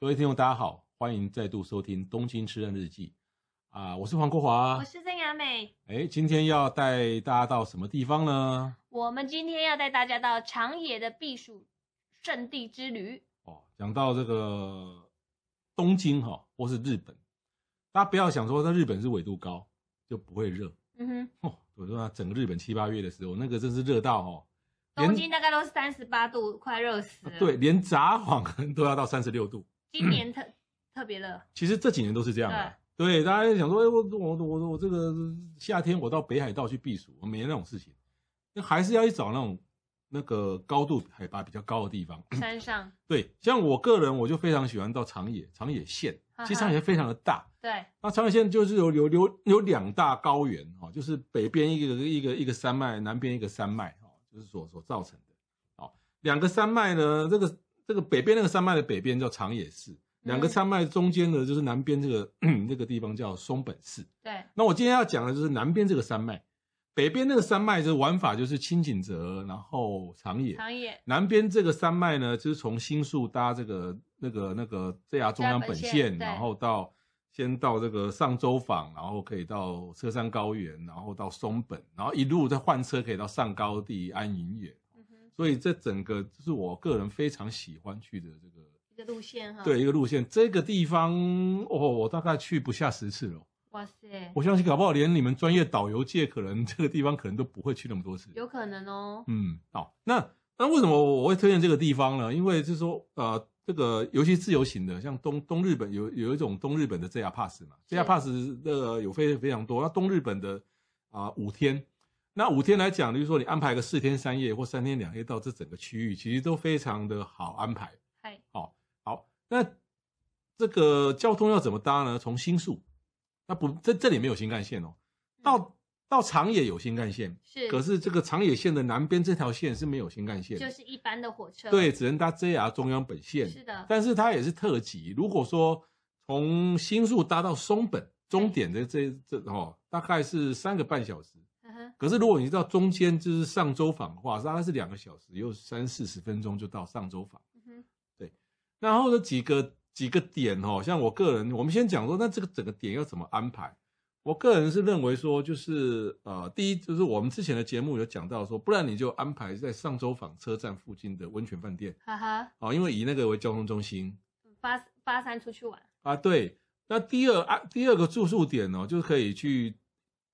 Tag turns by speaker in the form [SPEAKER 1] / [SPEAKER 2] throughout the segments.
[SPEAKER 1] 各位听众，大家好，欢迎再度收听《东京吃人日记》啊，我是黄国华，
[SPEAKER 2] 我是郑雅美。
[SPEAKER 1] 哎，今天要带大家到什么地方呢？
[SPEAKER 2] 我们今天要带大家到长野的避暑圣地之旅。
[SPEAKER 1] 哦，讲到这个东京哈、或是日本，大家不要想说在日本是纬度高就不会热
[SPEAKER 2] 嗯哼，
[SPEAKER 1] 哦。我说、啊、整个日本七八月的时候，那个真是热到哦，连
[SPEAKER 2] 东京大概都是三十八度，快热死了。
[SPEAKER 1] 啊对，，连札幌 都要到三十六度。
[SPEAKER 2] 今年特特别热。
[SPEAKER 1] 其实这几年都是这样的。对，大家就想说，哎，我我我我这个夏天我到北海道去避暑，没那种事情，那还是要去找那种那个高度海拔比较高的地方。
[SPEAKER 2] 山上，
[SPEAKER 1] 对，像我个人我就非常喜欢到长野，长野县，
[SPEAKER 2] 啊哈哈
[SPEAKER 1] 其实长野县非常的大。
[SPEAKER 2] 对，
[SPEAKER 1] 那长野县就是有有有有两大高原哦，就是北边一个一个一个山脉，南边一个山脉哦，就是所所造成的。哦，两个山脉呢，这个这个北边那个山脉的北边叫长野市，两个山脉中间的就是南边这个 这个地方叫松本市。
[SPEAKER 2] 对，
[SPEAKER 1] 那我今天要讲的就是南边这个山脉，北边那个山脉就是玩法就是青井泽，然后长野，
[SPEAKER 2] 长野，
[SPEAKER 1] 南边这个山脉呢，就是从新宿搭这个那个那个 JR 中央本
[SPEAKER 2] 本线
[SPEAKER 1] 线，
[SPEAKER 2] 对
[SPEAKER 1] 然后到先到这个上州坊，然后可以到车山高原，然后到松本，然后一路再换车可以到上高地、安营野。
[SPEAKER 2] 嗯哼，
[SPEAKER 1] 所以这整个就是我个人非常喜欢去的这个
[SPEAKER 2] 一个路线哈。
[SPEAKER 1] 对，一个路线。这个地方哦，我大概去不下十次了。
[SPEAKER 2] 哇塞，
[SPEAKER 1] 我相信搞不好连你们专业导游界，可能这个地方可能都不会去那么多次。
[SPEAKER 2] 有可能哦。
[SPEAKER 1] 嗯，好，那那为什么我会推荐这个地方呢？因为就是说，呃，这个尤其自由行的，像东东日本有有一种东日本的 JR Pass 嘛
[SPEAKER 2] 是
[SPEAKER 1] ，JR Pass 那个有非非常多。那东日本的啊、五天，那五天来讲，就是说你安排个四天三夜或三天两夜到这整个区域，其实都非常的好安排。
[SPEAKER 2] 嗨，
[SPEAKER 1] 好，那这个交通要怎么搭呢？从新宿，那不这这里没有新干线哦，到到长野有新干线，
[SPEAKER 2] 是，
[SPEAKER 1] 可是这个长野县的南边这条线是没有新干线的，
[SPEAKER 2] 就是一般的火车。
[SPEAKER 1] 对，，只能搭 JR 中央本线。
[SPEAKER 2] 是的，
[SPEAKER 1] 但是它也是特急。如果说从新宿搭到松本终点的这这哦，大概是三个半小时。
[SPEAKER 2] 嗯哼，
[SPEAKER 1] 可是如果你到中间就是上周访的话，大概是两个小时，又三四十分钟就到上周访。
[SPEAKER 2] 嗯哼，
[SPEAKER 1] 然后呢，几个几个点哦，像我个人，我们先讲说，那这个整个点要怎么安排？我个人是认为说，就是呃，第一就是我们之前的节目有讲到说，不然你就安排在上周坊车站附近的温泉饭店
[SPEAKER 2] 哈哈，
[SPEAKER 1] 啊、哦因为以那个为交通中心
[SPEAKER 2] 发发散出去玩。
[SPEAKER 1] 啊。对，那第二啊，第二个住宿点呢、哦，就是可以去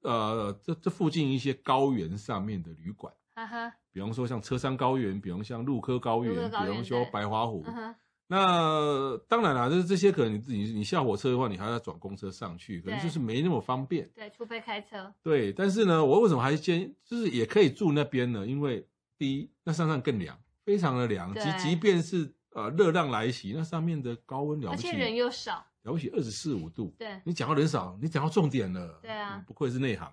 [SPEAKER 1] 呃这这附近一些高原上面的旅馆，
[SPEAKER 2] 哈哈，
[SPEAKER 1] 比方说像车山高原，比方像鹿科高原，
[SPEAKER 2] 鹿科高原
[SPEAKER 1] 比方说
[SPEAKER 2] 对
[SPEAKER 1] 白华湖，
[SPEAKER 2] 嗯哼，
[SPEAKER 1] 那当然啦，就是这些可能你自己你下火车的话，你还要转公车上去，可能
[SPEAKER 2] 对
[SPEAKER 1] 就是没那么方便。
[SPEAKER 2] 对，除非开车。
[SPEAKER 1] 对，但是呢，我为什么还是建议，就是也可以住那边呢？因为第一，那山上更凉，非常的凉，即
[SPEAKER 2] 对
[SPEAKER 1] 即便是呃热浪来袭，那上面的高温了
[SPEAKER 2] 而
[SPEAKER 1] 不起
[SPEAKER 2] 且，人又少，
[SPEAKER 1] 了不起二十四五度。
[SPEAKER 2] 对，
[SPEAKER 1] 你讲到人少，你讲到重点了。
[SPEAKER 2] 对啊
[SPEAKER 1] 嗯不愧是内行。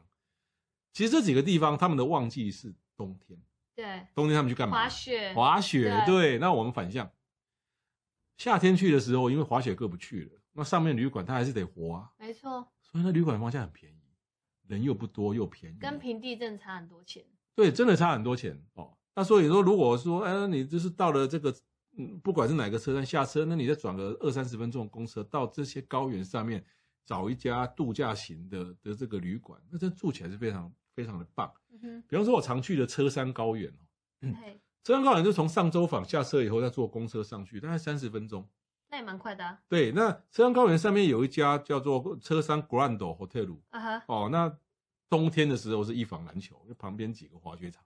[SPEAKER 1] 其实这几个地方他们的旺季是冬天，
[SPEAKER 2] 对，
[SPEAKER 1] 冬天他们去干嘛？
[SPEAKER 2] 滑雪，
[SPEAKER 1] 滑雪，
[SPEAKER 2] 对
[SPEAKER 1] 对，那我们反向，夏天去的时候，因为滑雪各不去了，那上面旅馆它还是得活啊，
[SPEAKER 2] 没错，
[SPEAKER 1] 所以那旅馆房价很便宜，人又不多又便宜，
[SPEAKER 2] 跟平地真的差很多钱。
[SPEAKER 1] 对，真的差很多钱哦。那所以说，如果说，哎，你就是到了这个，嗯，不管是哪个车站下车，那你再转个二三十分钟的公车到这些高原上面，找一家度假型的的这个旅馆，那这住起来是非常非常的棒。
[SPEAKER 2] 嗯
[SPEAKER 1] 比方说，我常去的车山高原哦，
[SPEAKER 2] 哼，嘿，
[SPEAKER 1] 车山高原就从上周坊下车以后，再坐公车上去，大概三十分钟。
[SPEAKER 2] 那也蛮快的啊。
[SPEAKER 1] 对，那车山高原上面有一家叫做车山 Grand Hotel
[SPEAKER 2] 啊哈，
[SPEAKER 1] 哦，那冬天的时候是一房难求，就旁边几个滑雪场。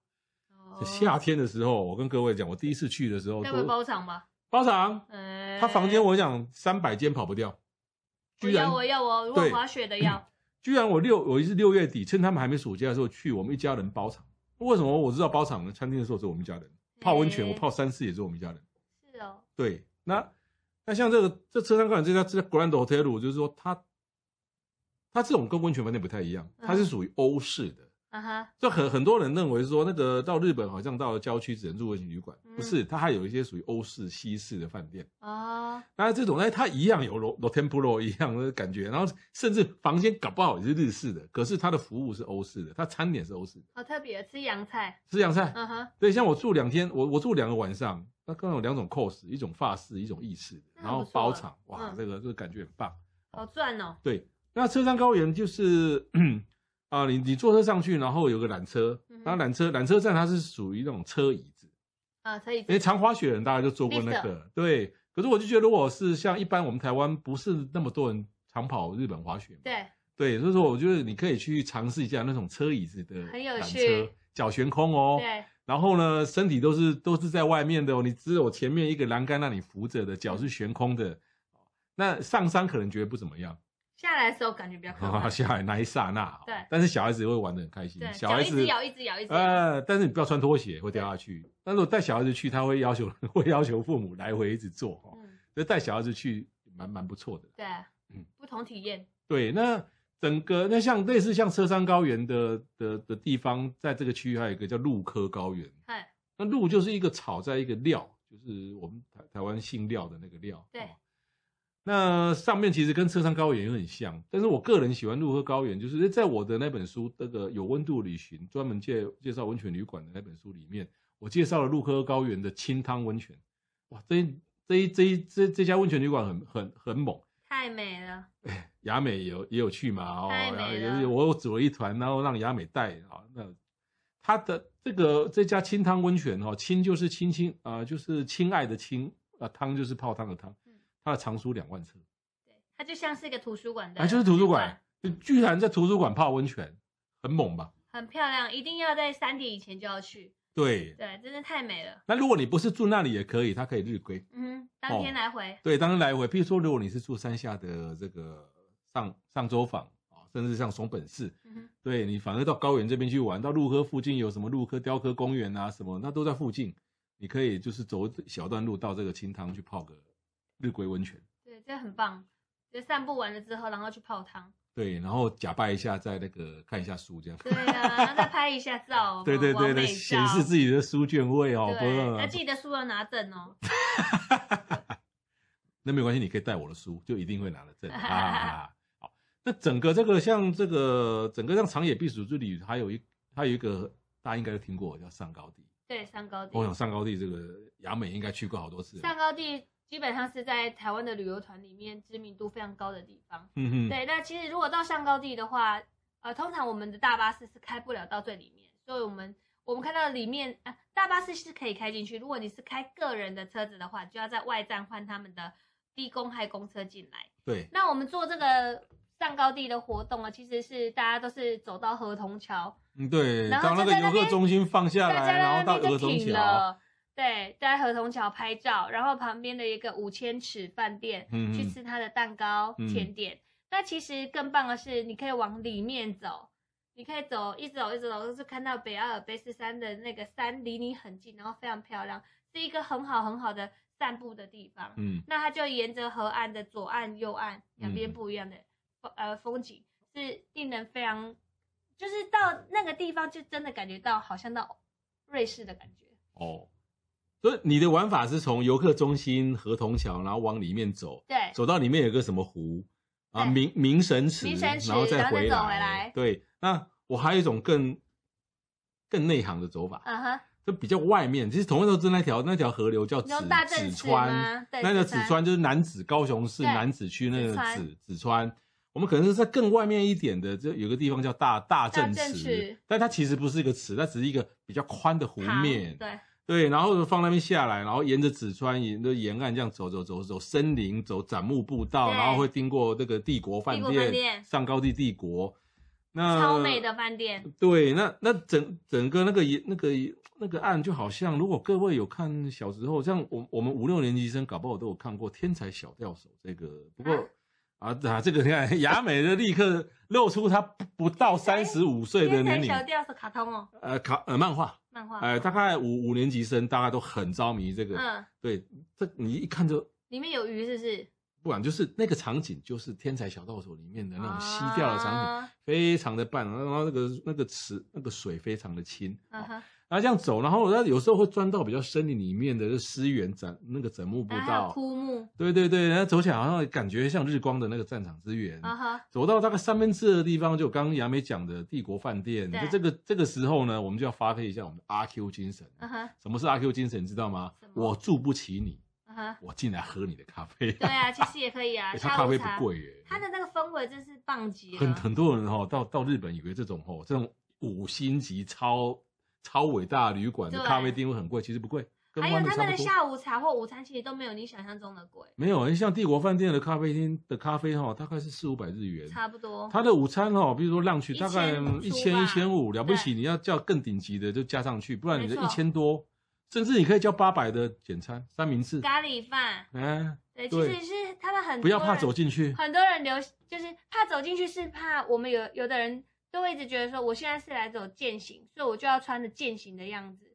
[SPEAKER 2] 哦
[SPEAKER 1] 夏天的时候，我跟各位讲，我第一次去的时候
[SPEAKER 2] 该不会
[SPEAKER 1] 都
[SPEAKER 2] 包场吧？
[SPEAKER 1] 包场，
[SPEAKER 2] 哎，
[SPEAKER 1] 他房间我想三百间跑不掉，
[SPEAKER 2] 我
[SPEAKER 1] 居然
[SPEAKER 2] 要我要我，如果
[SPEAKER 1] 对
[SPEAKER 2] 滑雪的要，
[SPEAKER 1] 居然我六我是六月底，趁他们还没暑假的时候去，我们一家人包场。为什么我知道包场呢？餐厅的时候只有我们一家人，泡温泉
[SPEAKER 2] 哎
[SPEAKER 1] 我泡三次也只有我们一家人。
[SPEAKER 2] 是哦，
[SPEAKER 1] 对，那那像这个这车上刚才这家这家 Grand Hotel，就是说它它这种跟温泉饭店不太一样，它是
[SPEAKER 2] 嗯
[SPEAKER 1] 属于欧式的。
[SPEAKER 2] 啊哈，
[SPEAKER 1] 就很很多人认为说，那个到日本好像到了郊区只能住温泉旅馆，
[SPEAKER 2] 嗯
[SPEAKER 1] 不是，它还有一些属于欧式、西式的饭店。
[SPEAKER 2] 哦，
[SPEAKER 1] 当然，这种呢，它一样有罗罗天普罗一样的感觉，然后甚至房间搞不好也是日式的，可是它的服务是欧式的，它餐点是欧式的，
[SPEAKER 2] 好特别，吃洋菜，
[SPEAKER 1] 是洋菜。
[SPEAKER 2] 嗯哼，
[SPEAKER 1] 对，像我住两天，我我住两个晚上，那刚好有两种 course，一种法式，一种意式的，
[SPEAKER 2] 那
[SPEAKER 1] 然后
[SPEAKER 2] 不错
[SPEAKER 1] 包
[SPEAKER 2] 啊
[SPEAKER 1] 场，哇，
[SPEAKER 2] 嗯
[SPEAKER 1] 这个这个感觉很棒。
[SPEAKER 2] 好赚哦，
[SPEAKER 1] 对，那车山高原就是啊、你你坐车上去，然后有个缆车
[SPEAKER 2] 嗯哼，
[SPEAKER 1] 然后缆车缆车站它是属于那种车椅子，
[SPEAKER 2] 啊，可以
[SPEAKER 1] 因为常滑雪的人大家就坐过那
[SPEAKER 2] 绿
[SPEAKER 1] 个，对。可是我就觉得，如果是像一般我们台湾不是那么多人常跑日本滑雪嘛，
[SPEAKER 2] 对，
[SPEAKER 1] 对，所以说我觉得你可以去尝试一下那种车椅子的
[SPEAKER 2] 很有
[SPEAKER 1] 缆
[SPEAKER 2] 趣
[SPEAKER 1] 车，脚悬空哦，
[SPEAKER 2] 对，啊
[SPEAKER 1] 然后呢，身体都是都是在外面的哦，你只有前面一个栏杆让你扶着的，脚是悬空的。哦那上山可能觉得不怎么 样，
[SPEAKER 2] 下来的时候感觉比较可怕，
[SPEAKER 1] 下来那一刹那，
[SPEAKER 2] 嗯
[SPEAKER 1] 哦
[SPEAKER 2] 对
[SPEAKER 1] 但是小孩子会玩的很开心
[SPEAKER 2] 对，，
[SPEAKER 1] 小
[SPEAKER 2] 脚
[SPEAKER 1] 孩
[SPEAKER 2] 一直
[SPEAKER 1] 子
[SPEAKER 2] 摇，一直摇，一直摇，
[SPEAKER 1] 呃，但是你不要穿拖鞋会掉下去。但是我带小孩子去，他会要求 会要求父母来回一直做哦，
[SPEAKER 2] 嗯，
[SPEAKER 1] 所以带小孩子去蛮蛮不错的。
[SPEAKER 2] 对
[SPEAKER 1] 嗯，
[SPEAKER 2] 不同体验，
[SPEAKER 1] 对，那整个那像类似像车山高原的的的地方，在这个区域还有一个叫鹿科高原，
[SPEAKER 2] 嗨，
[SPEAKER 1] 那鹿就是一个草，在一个料，就是我们台台湾姓廖的那个廖。
[SPEAKER 2] 对
[SPEAKER 1] 哦那上面其实跟车山高原有点像，但是我个人喜欢鹿和高原，就是在我的那本书《那个有温度旅行》专门介介绍温泉旅馆的那本书里面，我介绍了鹿科高原的清汤温泉。哇，这一这一这一这这家温泉旅馆很很很猛，
[SPEAKER 2] 太美了，
[SPEAKER 1] 雅美也有也有去嘛，哦，
[SPEAKER 2] 太美
[SPEAKER 1] 然后
[SPEAKER 2] 了
[SPEAKER 1] 也我有组了一团，然后让雅美带啊、那他的这个这家清汤温泉哦，清就是亲亲啊、呃就是亲爱的亲啊、汤就是泡汤的汤
[SPEAKER 2] 嗯，
[SPEAKER 1] 它的藏书两万册，
[SPEAKER 2] 对，它就像是一个图书馆的，
[SPEAKER 1] 啊，就是图书馆，，就居然在图书馆泡温泉，很猛吧？
[SPEAKER 2] 很漂亮，一定要在三点以前就要去，
[SPEAKER 1] 对，
[SPEAKER 2] 对，真的太美了，
[SPEAKER 1] 那如果你不是住那里也可以，它可以日归，
[SPEAKER 2] 嗯，当天
[SPEAKER 1] 哦
[SPEAKER 2] 来回，
[SPEAKER 1] 对，当然来回。譬如说，如果你是住山下的这个上上周坊啊、甚至像松本市，
[SPEAKER 2] 嗯哼，
[SPEAKER 1] 对你反而到高原这边去玩，到鹿科附近有什么鹿科雕刻公园啊，什么那都在附近，你可以就是走一小段路到这个清汤去泡个日归温泉，
[SPEAKER 2] 对，这很棒，就散步完了之后，然后去泡汤，
[SPEAKER 1] 对，然后假扮一下，再那个看一下书这样，
[SPEAKER 2] 对啊，然后再拍一下照，
[SPEAKER 1] 对对对
[SPEAKER 2] 哦完美
[SPEAKER 1] 对，
[SPEAKER 2] 照
[SPEAKER 1] 显示自己的书卷味哦，不
[SPEAKER 2] 对，那
[SPEAKER 1] 过
[SPEAKER 2] 记得书要拿证哦。
[SPEAKER 1] 那没关系，你可以带我的书，就一定会拿得 证啊。好，那整个这个像这个整个像长野避暑之旅，还有一还有一个大家应该都听过叫上高地，
[SPEAKER 2] 对，上高地
[SPEAKER 1] 我，想上高地这个雅美应该去过好多次了，
[SPEAKER 2] 上高地基本上是在台湾的旅游团里面知名度非常高的地方。
[SPEAKER 1] 嗯哼，
[SPEAKER 2] 对，那其实如果到上高地的话，呃，通常我们的大巴士是开不了到最里面，所以我们我们看到里面啊、大巴士是可以开进去。如果你是开个人的车子的话，就要在外站换他们的低公害公车进来。
[SPEAKER 1] 对，
[SPEAKER 2] 那我们做这个上高地的活动啊，其实是大家都是走到河童桥，
[SPEAKER 1] 嗯，对，
[SPEAKER 2] 然后
[SPEAKER 1] 到那
[SPEAKER 2] 就
[SPEAKER 1] 个
[SPEAKER 2] 在那
[SPEAKER 1] 游客
[SPEAKER 2] 边
[SPEAKER 1] 中心放下
[SPEAKER 2] 大家
[SPEAKER 1] 来，然
[SPEAKER 2] 在
[SPEAKER 1] 后
[SPEAKER 2] 那
[SPEAKER 1] 到
[SPEAKER 2] 边
[SPEAKER 1] 儿
[SPEAKER 2] 就
[SPEAKER 1] 童桥，
[SPEAKER 2] 停了。对，在河童桥拍照，然后旁边的一个五千尺饭店、
[SPEAKER 1] 嗯
[SPEAKER 2] 去
[SPEAKER 1] 嗯
[SPEAKER 2] 吃它的蛋糕、
[SPEAKER 1] 嗯
[SPEAKER 2] 甜点。那其实更棒的是，你可以往里面走，你可以走一直走一直走，就是看到北阿尔卑斯山的那个山离你很近，然后非常漂亮，是一个很好很好的散步的地方。
[SPEAKER 1] 嗯，
[SPEAKER 2] 那它就沿着河岸的左岸、右岸两边
[SPEAKER 1] 嗯
[SPEAKER 2] 不一样的、风呃风景，是令人非常，就是到那个地方就真的感觉到好像到瑞士的感觉。
[SPEAKER 1] 哦，所以你的玩法是从游客中心河童桥，然后往里面走，
[SPEAKER 2] 对，
[SPEAKER 1] 走到里面有个什么湖啊，
[SPEAKER 2] 对
[SPEAKER 1] 明明神池，
[SPEAKER 2] 明神池
[SPEAKER 1] 然后
[SPEAKER 2] 然
[SPEAKER 1] 再
[SPEAKER 2] 后再
[SPEAKER 1] 回
[SPEAKER 2] 走回来
[SPEAKER 1] 对，那我还有一种更更内行的走法，
[SPEAKER 2] 嗯哼，
[SPEAKER 1] 就比较外面，其实同样都是那条那条河流叫
[SPEAKER 2] 你
[SPEAKER 1] 紫
[SPEAKER 2] 用大正
[SPEAKER 1] 紫
[SPEAKER 2] 尺
[SPEAKER 1] 川。
[SPEAKER 2] 吗？对，
[SPEAKER 1] 那个紫川就是南子高雄市
[SPEAKER 2] 对
[SPEAKER 1] 南子区那
[SPEAKER 2] 紫
[SPEAKER 1] 个
[SPEAKER 2] 川
[SPEAKER 1] 紫紫川，我们可能是在更外面一点的，这有个地方叫大大正
[SPEAKER 2] 大正池
[SPEAKER 1] 池，但它其实不是一个池，它只是一个比较宽的湖
[SPEAKER 2] 旁
[SPEAKER 1] 面，
[SPEAKER 2] 对，
[SPEAKER 1] 对，然后放那边下来，然后沿着紫川沿着沿岸这样走走走走森林，走展木步道，
[SPEAKER 2] 对
[SPEAKER 1] 然后会经过那个帝国饭
[SPEAKER 2] 帝国饭店
[SPEAKER 1] 上高地帝国，那
[SPEAKER 2] 超美的饭店，
[SPEAKER 1] 对，那那整整个那个也那个那个案，就好像如果各位有看小时候，像我我们五六年级生，搞不好都有看过《天才小吊手》这个。不过啊啊，这个你看 雅美的立刻露出她不不到三十五岁的
[SPEAKER 2] 哎天才
[SPEAKER 1] 年龄，
[SPEAKER 2] 小调是卡通哦，
[SPEAKER 1] 呃，卡呃漫画，
[SPEAKER 2] 漫画，
[SPEAKER 1] 呃，大概五五年级生大概都很着迷这个。
[SPEAKER 2] 嗯，
[SPEAKER 1] 对，这你一看就
[SPEAKER 2] 里面有鱼是不是？
[SPEAKER 1] 不管就是那个场景，就是《天才小盗手》里面的那
[SPEAKER 2] 啊
[SPEAKER 1] 种吸掉的场景，
[SPEAKER 2] 哦
[SPEAKER 1] 非常的棒。然后那个那个池那个水非常的清，
[SPEAKER 2] 啊，嗯哼
[SPEAKER 1] 然后这样走，然后我有时候会钻到比较森林里面的就思源展那个枕木步
[SPEAKER 2] 然后还有
[SPEAKER 1] 道，
[SPEAKER 2] 枯木，
[SPEAKER 1] 对对对，然后走起来好像感觉像日光的那个战场之源。
[SPEAKER 2] 啊哈，
[SPEAKER 1] 走到大概三分之二的地方，就刚刚杨梅讲的帝国饭店。
[SPEAKER 2] 对
[SPEAKER 1] 就这个这个时候呢，我们就要发挥一下我们的阿 Q 精神。
[SPEAKER 2] 啊哈，
[SPEAKER 1] 什么是阿 Q 精神？你知道吗
[SPEAKER 2] 什么？
[SPEAKER 1] 我住不起你，
[SPEAKER 2] 啊哈，
[SPEAKER 1] 我进来喝你的咖啡。
[SPEAKER 2] 对啊，其实也可以啊，
[SPEAKER 1] 欸
[SPEAKER 2] 下
[SPEAKER 1] 他咖
[SPEAKER 2] 午
[SPEAKER 1] 啡不
[SPEAKER 2] 茶，
[SPEAKER 1] 贵耶，
[SPEAKER 2] 它的那个氛围真是棒极
[SPEAKER 1] 很
[SPEAKER 2] 了，
[SPEAKER 1] 很多人哦，到到日本以为这种哦，这种五星级超超伟大的旅馆的
[SPEAKER 2] 对
[SPEAKER 1] 咖啡店会很贵，其实不贵，跟
[SPEAKER 2] 还
[SPEAKER 1] 外
[SPEAKER 2] 有
[SPEAKER 1] 面
[SPEAKER 2] 他
[SPEAKER 1] 差
[SPEAKER 2] 们
[SPEAKER 1] 不
[SPEAKER 2] 的
[SPEAKER 1] 多。
[SPEAKER 2] 下午茶或午餐其实都没有你想象中的贵，
[SPEAKER 1] 没有，欸像帝国饭店的咖啡厅的咖啡哈、哦，大概是四五百日元。
[SPEAKER 2] 差不多，
[SPEAKER 1] 它的午餐哦，比如说浪去
[SPEAKER 2] 1000
[SPEAKER 1] 大概一
[SPEAKER 2] 出
[SPEAKER 1] 千
[SPEAKER 2] 吧
[SPEAKER 1] 一千五了不起，
[SPEAKER 2] 对
[SPEAKER 1] 你要叫更顶级的就加上去，不然你就
[SPEAKER 2] 没
[SPEAKER 1] 一
[SPEAKER 2] 错
[SPEAKER 1] 千多，甚至你可以叫八百的简餐三明治。
[SPEAKER 2] 咖喱饭，
[SPEAKER 1] 哎，
[SPEAKER 2] 对，其
[SPEAKER 1] 对
[SPEAKER 2] 实是他们很
[SPEAKER 1] 不要
[SPEAKER 2] 多
[SPEAKER 1] 怕
[SPEAKER 2] 人
[SPEAKER 1] 走进去，
[SPEAKER 2] 很多人流就是怕走进去，是怕我们有有的人都会一直觉得说，我现在是来走践行，所以我就要穿着践行的样子。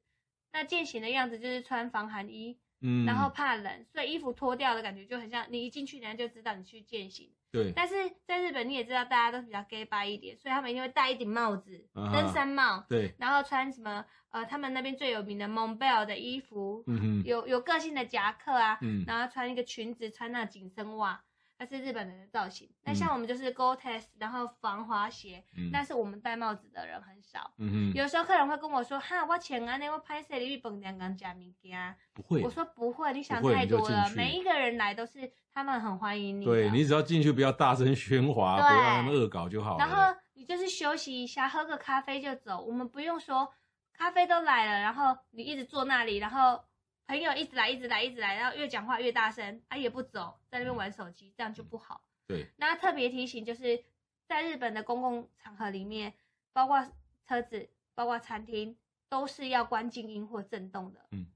[SPEAKER 2] 那践行的样子就是穿防寒衣，
[SPEAKER 1] 嗯，
[SPEAKER 2] 然后怕冷，所以衣服脱掉的感觉就很像你一进去，人家就知道你去践行。
[SPEAKER 1] 对，
[SPEAKER 2] 但是在日本你也知道，大家都比较 gay 白一点，所以他们一定会戴一顶帽子，
[SPEAKER 1] 啊哈
[SPEAKER 2] 登山帽，
[SPEAKER 1] 对，
[SPEAKER 2] 然后穿什么呃，他们那边最有名的 Montbell 的衣服，
[SPEAKER 1] 嗯哼，
[SPEAKER 2] 有有个性的夹克啊，
[SPEAKER 1] 嗯，
[SPEAKER 2] 然后穿一个裙子，穿那紧身袜，那是日本人的造型。那
[SPEAKER 1] 嗯
[SPEAKER 2] 像我们就是 Gore-Tex，然后防滑鞋，
[SPEAKER 1] 嗯
[SPEAKER 2] 但是我们戴帽子的人很少。
[SPEAKER 1] 嗯哼，
[SPEAKER 2] 有时候客人会跟我说：“哈，我请安那我拍摄日本两港假名家。
[SPEAKER 1] 不”会
[SPEAKER 2] 啊我，说：“不会，你想
[SPEAKER 1] 不会
[SPEAKER 2] 太
[SPEAKER 1] 你就
[SPEAKER 2] 多了
[SPEAKER 1] 进。去
[SPEAKER 2] 每一个人来都是他们很欢迎你的。啊
[SPEAKER 1] 对你只要进去不要大声喧哗，
[SPEAKER 2] 对
[SPEAKER 1] 不要让他们恶搞就好了。
[SPEAKER 2] 然后你就是休息一下，喝个咖啡就走。我们不用说咖啡都来了，然后你一直坐那里，然后朋友一直来，一直来，一直来，然后越讲话越大声，啊也不走，在
[SPEAKER 1] 嗯
[SPEAKER 2] 那边玩手机，这样就不好。
[SPEAKER 1] 对，
[SPEAKER 2] 那特别提醒就是，在日本的公共场合里面，包括车子，包括餐厅，都是要关静音或震动的。
[SPEAKER 1] 嗯，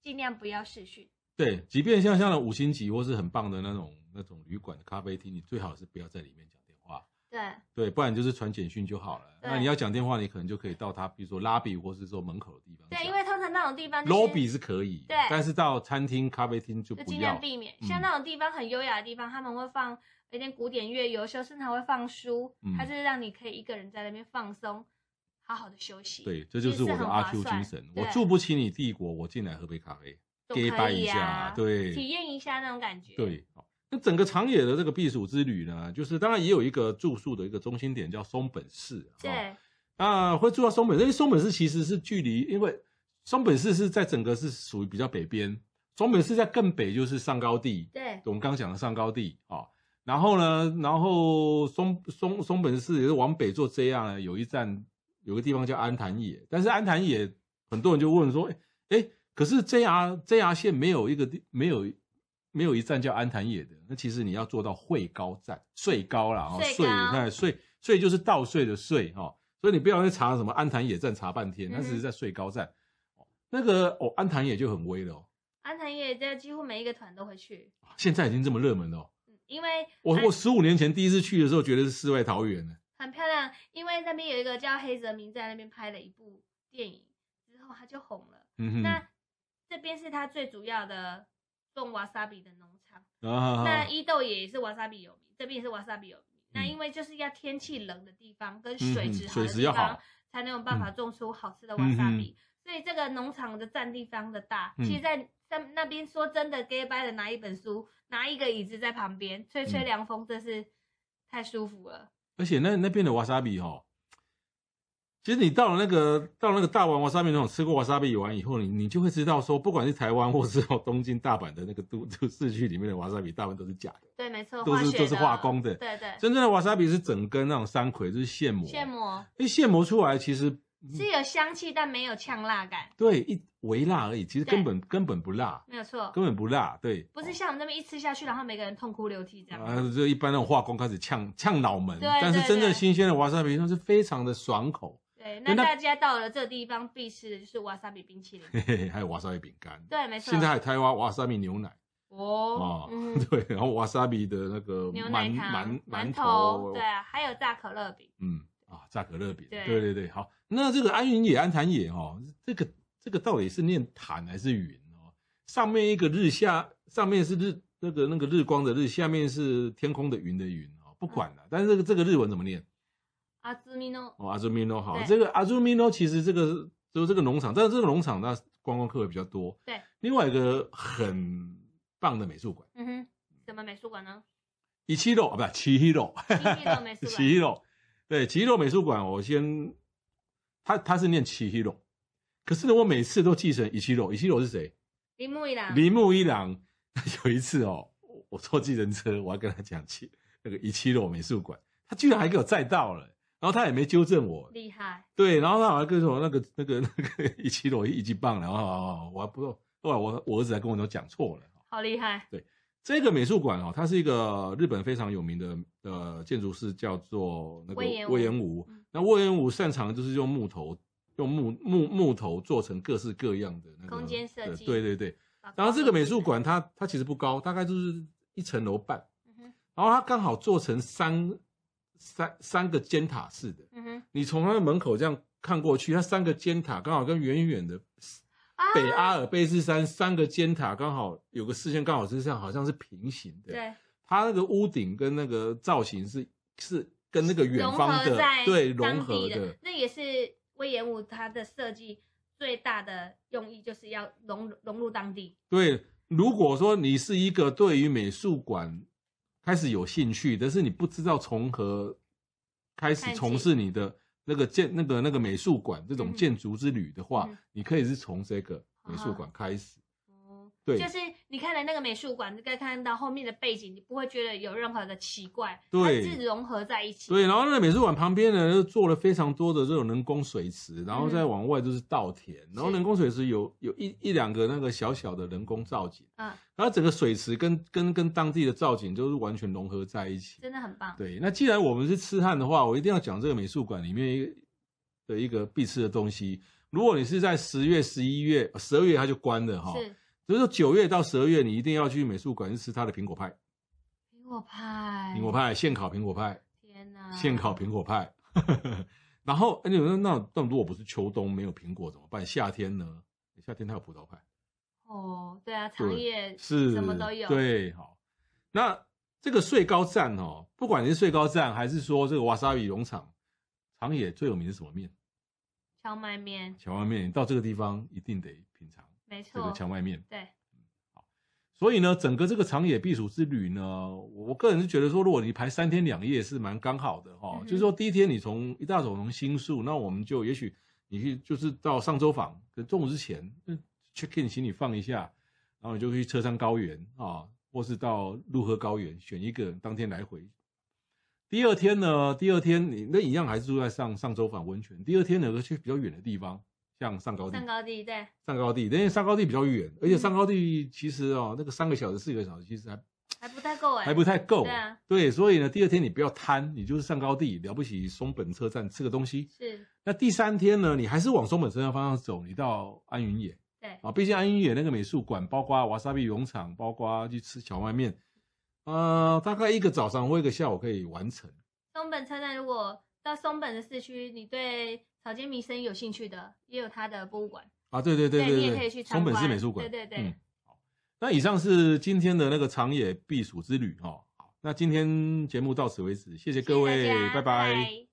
[SPEAKER 2] 尽量不要视讯。
[SPEAKER 1] 对，即便像像那五星级或是很棒的那种那种旅馆的咖啡厅，你最好是不要在里面讲电话，
[SPEAKER 2] 对
[SPEAKER 1] 对，不然就是传简讯就好了。
[SPEAKER 2] 对
[SPEAKER 1] 那你要讲电话，你可能就可以到他，比如说拉比或是说门口的地方讲。
[SPEAKER 2] 对，因为通常那种地方就是
[SPEAKER 1] lobby 是可以，
[SPEAKER 2] 对
[SPEAKER 1] 但是到餐厅、咖啡厅就
[SPEAKER 2] 就
[SPEAKER 1] 不
[SPEAKER 2] 尽
[SPEAKER 1] 要
[SPEAKER 2] 量。避免。
[SPEAKER 1] 嗯
[SPEAKER 2] 像那种地方很优雅的地方，他们会放有点古典乐，有时候甚至还会放书，
[SPEAKER 1] 嗯
[SPEAKER 2] 它就是让你可以一个人在那边放松，好好的休息。
[SPEAKER 1] 对，这就是我
[SPEAKER 2] 其
[SPEAKER 1] 的
[SPEAKER 2] 实很
[SPEAKER 1] 阿
[SPEAKER 2] 划
[SPEAKER 1] Q
[SPEAKER 2] 算
[SPEAKER 1] 精神。我
[SPEAKER 2] 对
[SPEAKER 1] 住不起你帝国，我进来喝杯咖啡
[SPEAKER 2] 都
[SPEAKER 1] ，gay
[SPEAKER 2] 可
[SPEAKER 1] 掰
[SPEAKER 2] 以
[SPEAKER 1] 一下
[SPEAKER 2] 啊，，
[SPEAKER 1] 对，
[SPEAKER 2] 体验一下那种感觉。
[SPEAKER 1] 对，好那整个长野的这个避暑之旅呢，就是当然也有一个住宿的一个中心点叫松本市，哦，
[SPEAKER 2] 对
[SPEAKER 1] 啊，会住到松本市，因为松本市其实是距离，因为松本市是在整个是属于比较北边，松本市在更北就是上高地，
[SPEAKER 2] 对
[SPEAKER 1] 我们刚刚讲的上高地啊、哦然后呢，然后松松松本市也是往北做这样呢，有一站有个地方叫安潭野，但是安潭野很多人就问说，哎哎，可是 JR JR 线没有一个地没有没有一站叫安潭野的，那其实你要做到会高站穗高啦，哦
[SPEAKER 2] 穗
[SPEAKER 1] 穗
[SPEAKER 2] 高
[SPEAKER 1] 那穗穗就是稻穗的穗哈、哦，所以你不要去查什么安潭野站查半天，那只
[SPEAKER 2] 嗯
[SPEAKER 1] 是
[SPEAKER 2] 哼
[SPEAKER 1] 在穗高站，哦那个哦安潭野就很威了哦，
[SPEAKER 2] 安藤也在几乎每一个团都会去，
[SPEAKER 1] 现在已经这么热门了、哦。
[SPEAKER 2] 嗯因为
[SPEAKER 1] 我
[SPEAKER 2] 安
[SPEAKER 1] 我十五年前第一次去的时候，觉得是世外桃源呢。
[SPEAKER 2] 很漂亮，因为那边有一个叫黑泽明在那边拍了一部电影，之后他就红了。
[SPEAKER 1] 嗯哼，
[SPEAKER 2] 那这边是他最主要的种 wasabi 的农场。
[SPEAKER 1] 啊
[SPEAKER 2] 那伊豆也是瓦萨比有名，这边也是瓦萨比有名。那
[SPEAKER 1] 嗯
[SPEAKER 2] 因为就是要天气冷的地方跟
[SPEAKER 1] 嗯
[SPEAKER 2] 水
[SPEAKER 1] 嗯
[SPEAKER 2] 质好
[SPEAKER 1] 水
[SPEAKER 2] 的
[SPEAKER 1] 质
[SPEAKER 2] 地
[SPEAKER 1] 要
[SPEAKER 2] 方
[SPEAKER 1] 好，
[SPEAKER 2] 才能有办法种出好吃的瓦
[SPEAKER 1] 嗯
[SPEAKER 2] 萨
[SPEAKER 1] 嗯
[SPEAKER 2] 比。所以这个农场的占地非常的大。
[SPEAKER 1] 嗯
[SPEAKER 2] 其实在在那边说真的，gay bye 的拿一本书，拿一个椅子在旁边吹吹
[SPEAKER 1] 嗯
[SPEAKER 2] 凉风，真是太舒服了。
[SPEAKER 1] 而且那那边的瓦萨比哈，其实你到了那个到了那个大丸瓦萨比那种吃过瓦萨比完以后，你你就会知道说，不管是台湾或是哦东京、大阪的那个都都市区里面的瓦萨比，大半都是假的。
[SPEAKER 2] 对，没错，
[SPEAKER 1] 都是
[SPEAKER 2] 化学
[SPEAKER 1] 都是化工的
[SPEAKER 2] 对对，
[SPEAKER 1] 真正的瓦萨比是整根那种山葵，就是现磨。
[SPEAKER 2] 现，磨
[SPEAKER 1] 因为现磨出来其实
[SPEAKER 2] 哦是有香气，但没有呛辣感，
[SPEAKER 1] 对一微辣而已，其实
[SPEAKER 2] 对
[SPEAKER 1] 根本根本不辣，
[SPEAKER 2] 没有错，
[SPEAKER 1] 根本不辣。对，
[SPEAKER 2] 不是像我们那边一吃下去，然后每个人痛哭流涕这样。
[SPEAKER 1] 啊，就一般那种化工开始呛呛脑门，
[SPEAKER 2] 对
[SPEAKER 1] 但是
[SPEAKER 2] 对
[SPEAKER 1] 真正
[SPEAKER 2] 对
[SPEAKER 1] 新鲜的瓦萨比那是非常的爽口，
[SPEAKER 2] 对，
[SPEAKER 1] 那
[SPEAKER 2] 那大家到了这个地方必吃的就是瓦萨比冰淇淋。
[SPEAKER 1] 嘿嘿，还有瓦萨比饼干，
[SPEAKER 2] 对，没错。
[SPEAKER 1] 现在还有台湾瓦萨比牛奶
[SPEAKER 2] 哦
[SPEAKER 1] 哦，
[SPEAKER 2] 嗯，
[SPEAKER 1] 对，然后瓦萨比的那个
[SPEAKER 2] 牛奶
[SPEAKER 1] 馒
[SPEAKER 2] 糖
[SPEAKER 1] 馒、
[SPEAKER 2] 馒
[SPEAKER 1] 头，
[SPEAKER 2] 对啊，还有炸可乐饼。
[SPEAKER 1] 嗯啊，炸可乐饼，
[SPEAKER 2] 对
[SPEAKER 1] 对对对，好，那这个安云野、安潭野哦，这个这个到底是念潭还是云哦？上面一个日下，上面是日那个那个日光的日，下面是天空的云的云啊、哦，不管
[SPEAKER 2] 嗯
[SPEAKER 1] 了。但是这个这个日文怎么念？
[SPEAKER 2] 阿兹米诺，
[SPEAKER 1] 哦，阿朱米诺好，
[SPEAKER 2] 对
[SPEAKER 1] 这个阿朱米诺其实这个就是这个农场，但是这个农场那观光客会比较多。
[SPEAKER 2] 对，
[SPEAKER 1] 另外一个很棒的美术馆，
[SPEAKER 2] 嗯哼，什么美术 馆呢？
[SPEAKER 1] 一七六啊，不是七一六，
[SPEAKER 2] 七楼美术
[SPEAKER 1] 七
[SPEAKER 2] 馆，
[SPEAKER 1] 一六，对，七一六美术馆，我先，他他是念七一六，可是呢，我每次都记成一七六，一七六是谁？
[SPEAKER 2] 铃木一郎，
[SPEAKER 1] 铃木一朗。 有一次哦，我我坐计程车，我要跟他讲起那个一七六美术馆，他居然还给我载到了，然后他也没纠正我，
[SPEAKER 2] 厉害，
[SPEAKER 1] 对，然后他好像跟我说那个那个那个一七楼一级棒，然后哦我还不知道，后来我我儿子还跟我讲讲错了。哦
[SPEAKER 2] 好厉害，
[SPEAKER 1] 这个美术馆哦，它是一个日本非常有名的呃建筑师，叫做那个
[SPEAKER 2] 隈研吾
[SPEAKER 1] 隈研吾
[SPEAKER 2] 嗯。
[SPEAKER 1] 那隈研吾擅长的就是用木头，用木木木头做成各式各样的那个
[SPEAKER 2] 空间设
[SPEAKER 1] 呃
[SPEAKER 2] 计
[SPEAKER 1] 对对对，然后这个美术，馆它它其实不高，大概就是一层楼半，
[SPEAKER 2] 嗯哼，
[SPEAKER 1] 然后它刚好做成三三三个尖塔式的。
[SPEAKER 2] 嗯哼，
[SPEAKER 1] 你从它的门口这样看过去，它三个尖塔刚好跟远远的
[SPEAKER 2] 啊，
[SPEAKER 1] 北阿尔卑斯山三个尖塔刚好有个视线，刚好是像好像是平行的。，
[SPEAKER 2] 对，
[SPEAKER 1] 它那个屋顶跟那个造型是是跟那个远
[SPEAKER 2] 融
[SPEAKER 1] 方
[SPEAKER 2] 合
[SPEAKER 1] 的
[SPEAKER 2] 在
[SPEAKER 1] 对
[SPEAKER 2] 当
[SPEAKER 1] 融合
[SPEAKER 2] 地的，，那也是威严舞它的设计最大的用意，就是要融融入当地，
[SPEAKER 1] 对。如果说你是一个对于美术馆开始有兴趣，但是你不知道从何开始
[SPEAKER 2] 看起
[SPEAKER 1] 从事你的那个建那个那个美术馆这
[SPEAKER 2] 嗯
[SPEAKER 1] 种建筑之旅的话，
[SPEAKER 2] 嗯啊
[SPEAKER 1] 你可以是从这个美术馆开始。
[SPEAKER 2] 哦，
[SPEAKER 1] 对
[SPEAKER 2] 就是你看了那个美术馆，再看到后面的背景，你不会觉得有任何的奇怪，
[SPEAKER 1] 对
[SPEAKER 2] 它是融合在一起，
[SPEAKER 1] 对，然后那个美术馆旁边呢，就做了非常多的这种人工水池，然后再往外就是稻田，然后人工水池有有一一两个那个小小的人工造景，
[SPEAKER 2] 嗯，
[SPEAKER 1] 然后整个水池跟跟跟当地的造景就是完全融合在一起。
[SPEAKER 2] 真的很棒，
[SPEAKER 1] 对，那既然我们是痴汉的话，我一定要讲这个美术馆里面一个的一个必吃的东西。如果你是在十月、十一月、十二月，它就关了哈。
[SPEAKER 2] 是
[SPEAKER 1] 所以说九月到十二月，你一定要去美术馆去吃它的苹果派，
[SPEAKER 2] 苹果派，
[SPEAKER 1] 苹果，派现烤苹果派。
[SPEAKER 2] 天哪，
[SPEAKER 1] 现烤苹果派。 然后，哎，你说那那如果不是秋冬没有苹果怎么办？夏天呢？夏天它有葡萄派，
[SPEAKER 2] 哦，对啊，长夜
[SPEAKER 1] 是
[SPEAKER 2] 什么都有
[SPEAKER 1] 对，好。那这个穗高站哦，不管你是穗高站还是说这个瓦萨比农场，长野最有名是什么面？
[SPEAKER 2] 荞麦面，
[SPEAKER 1] 荞麦面。你到这个地方一定得品尝
[SPEAKER 2] 没
[SPEAKER 1] 这个
[SPEAKER 2] 错，
[SPEAKER 1] 荞麦面。
[SPEAKER 2] 对，
[SPEAKER 1] 所以呢，整个这个长野避暑之旅呢，我我个人是觉得说，如果你排三天两夜是蛮刚好的哈、哦
[SPEAKER 2] 嗯哼
[SPEAKER 1] 就是说，第一天你从一大早从新宿，那我们就也许你去就是到上周坊，可中午之前嗯 check in 行李放一下，然后你就去车山高原啊、或是到鹿河高原，选一个当天来回。第二天呢，第二天你那一样还是住在上上周坊温泉。第二天呢，有个去比较远的地方，像上高地。
[SPEAKER 2] 上高地，对，
[SPEAKER 1] 上高地，因为上高地比较远，而且
[SPEAKER 2] 嗯
[SPEAKER 1] 上高地其实哦，那个三个小时、四个小时其实还
[SPEAKER 2] 还不太够哎，
[SPEAKER 1] 还不太够。
[SPEAKER 2] 对啊
[SPEAKER 1] 对，所以呢，第二天你不要贪，你就是上高地，了不起松本车站吃个东西。
[SPEAKER 2] 是，
[SPEAKER 1] 那第三天呢，你还是往松本车站方向走，你到安云野
[SPEAKER 2] 对，
[SPEAKER 1] 啊，毕竟安云野那个美术馆，包括瓦萨比农场，包括去吃荞麦面，呃，大概一个早上或一个下午可以完成。
[SPEAKER 2] 松本车站如果到松本的市区，你对草间弥生有兴趣的，也有它的博物馆，
[SPEAKER 1] 啊，对对对
[SPEAKER 2] 对你也
[SPEAKER 1] 对
[SPEAKER 2] 可以去
[SPEAKER 1] 对，
[SPEAKER 2] 参
[SPEAKER 1] 松
[SPEAKER 2] 观
[SPEAKER 1] 本市美术馆，
[SPEAKER 2] 对对对
[SPEAKER 1] 嗯，好，那以上是今天的那个长野避暑之旅哦。好，那今天节目到此为止，谢谢各位，
[SPEAKER 2] 谢谢大家
[SPEAKER 1] 拜
[SPEAKER 2] 拜拜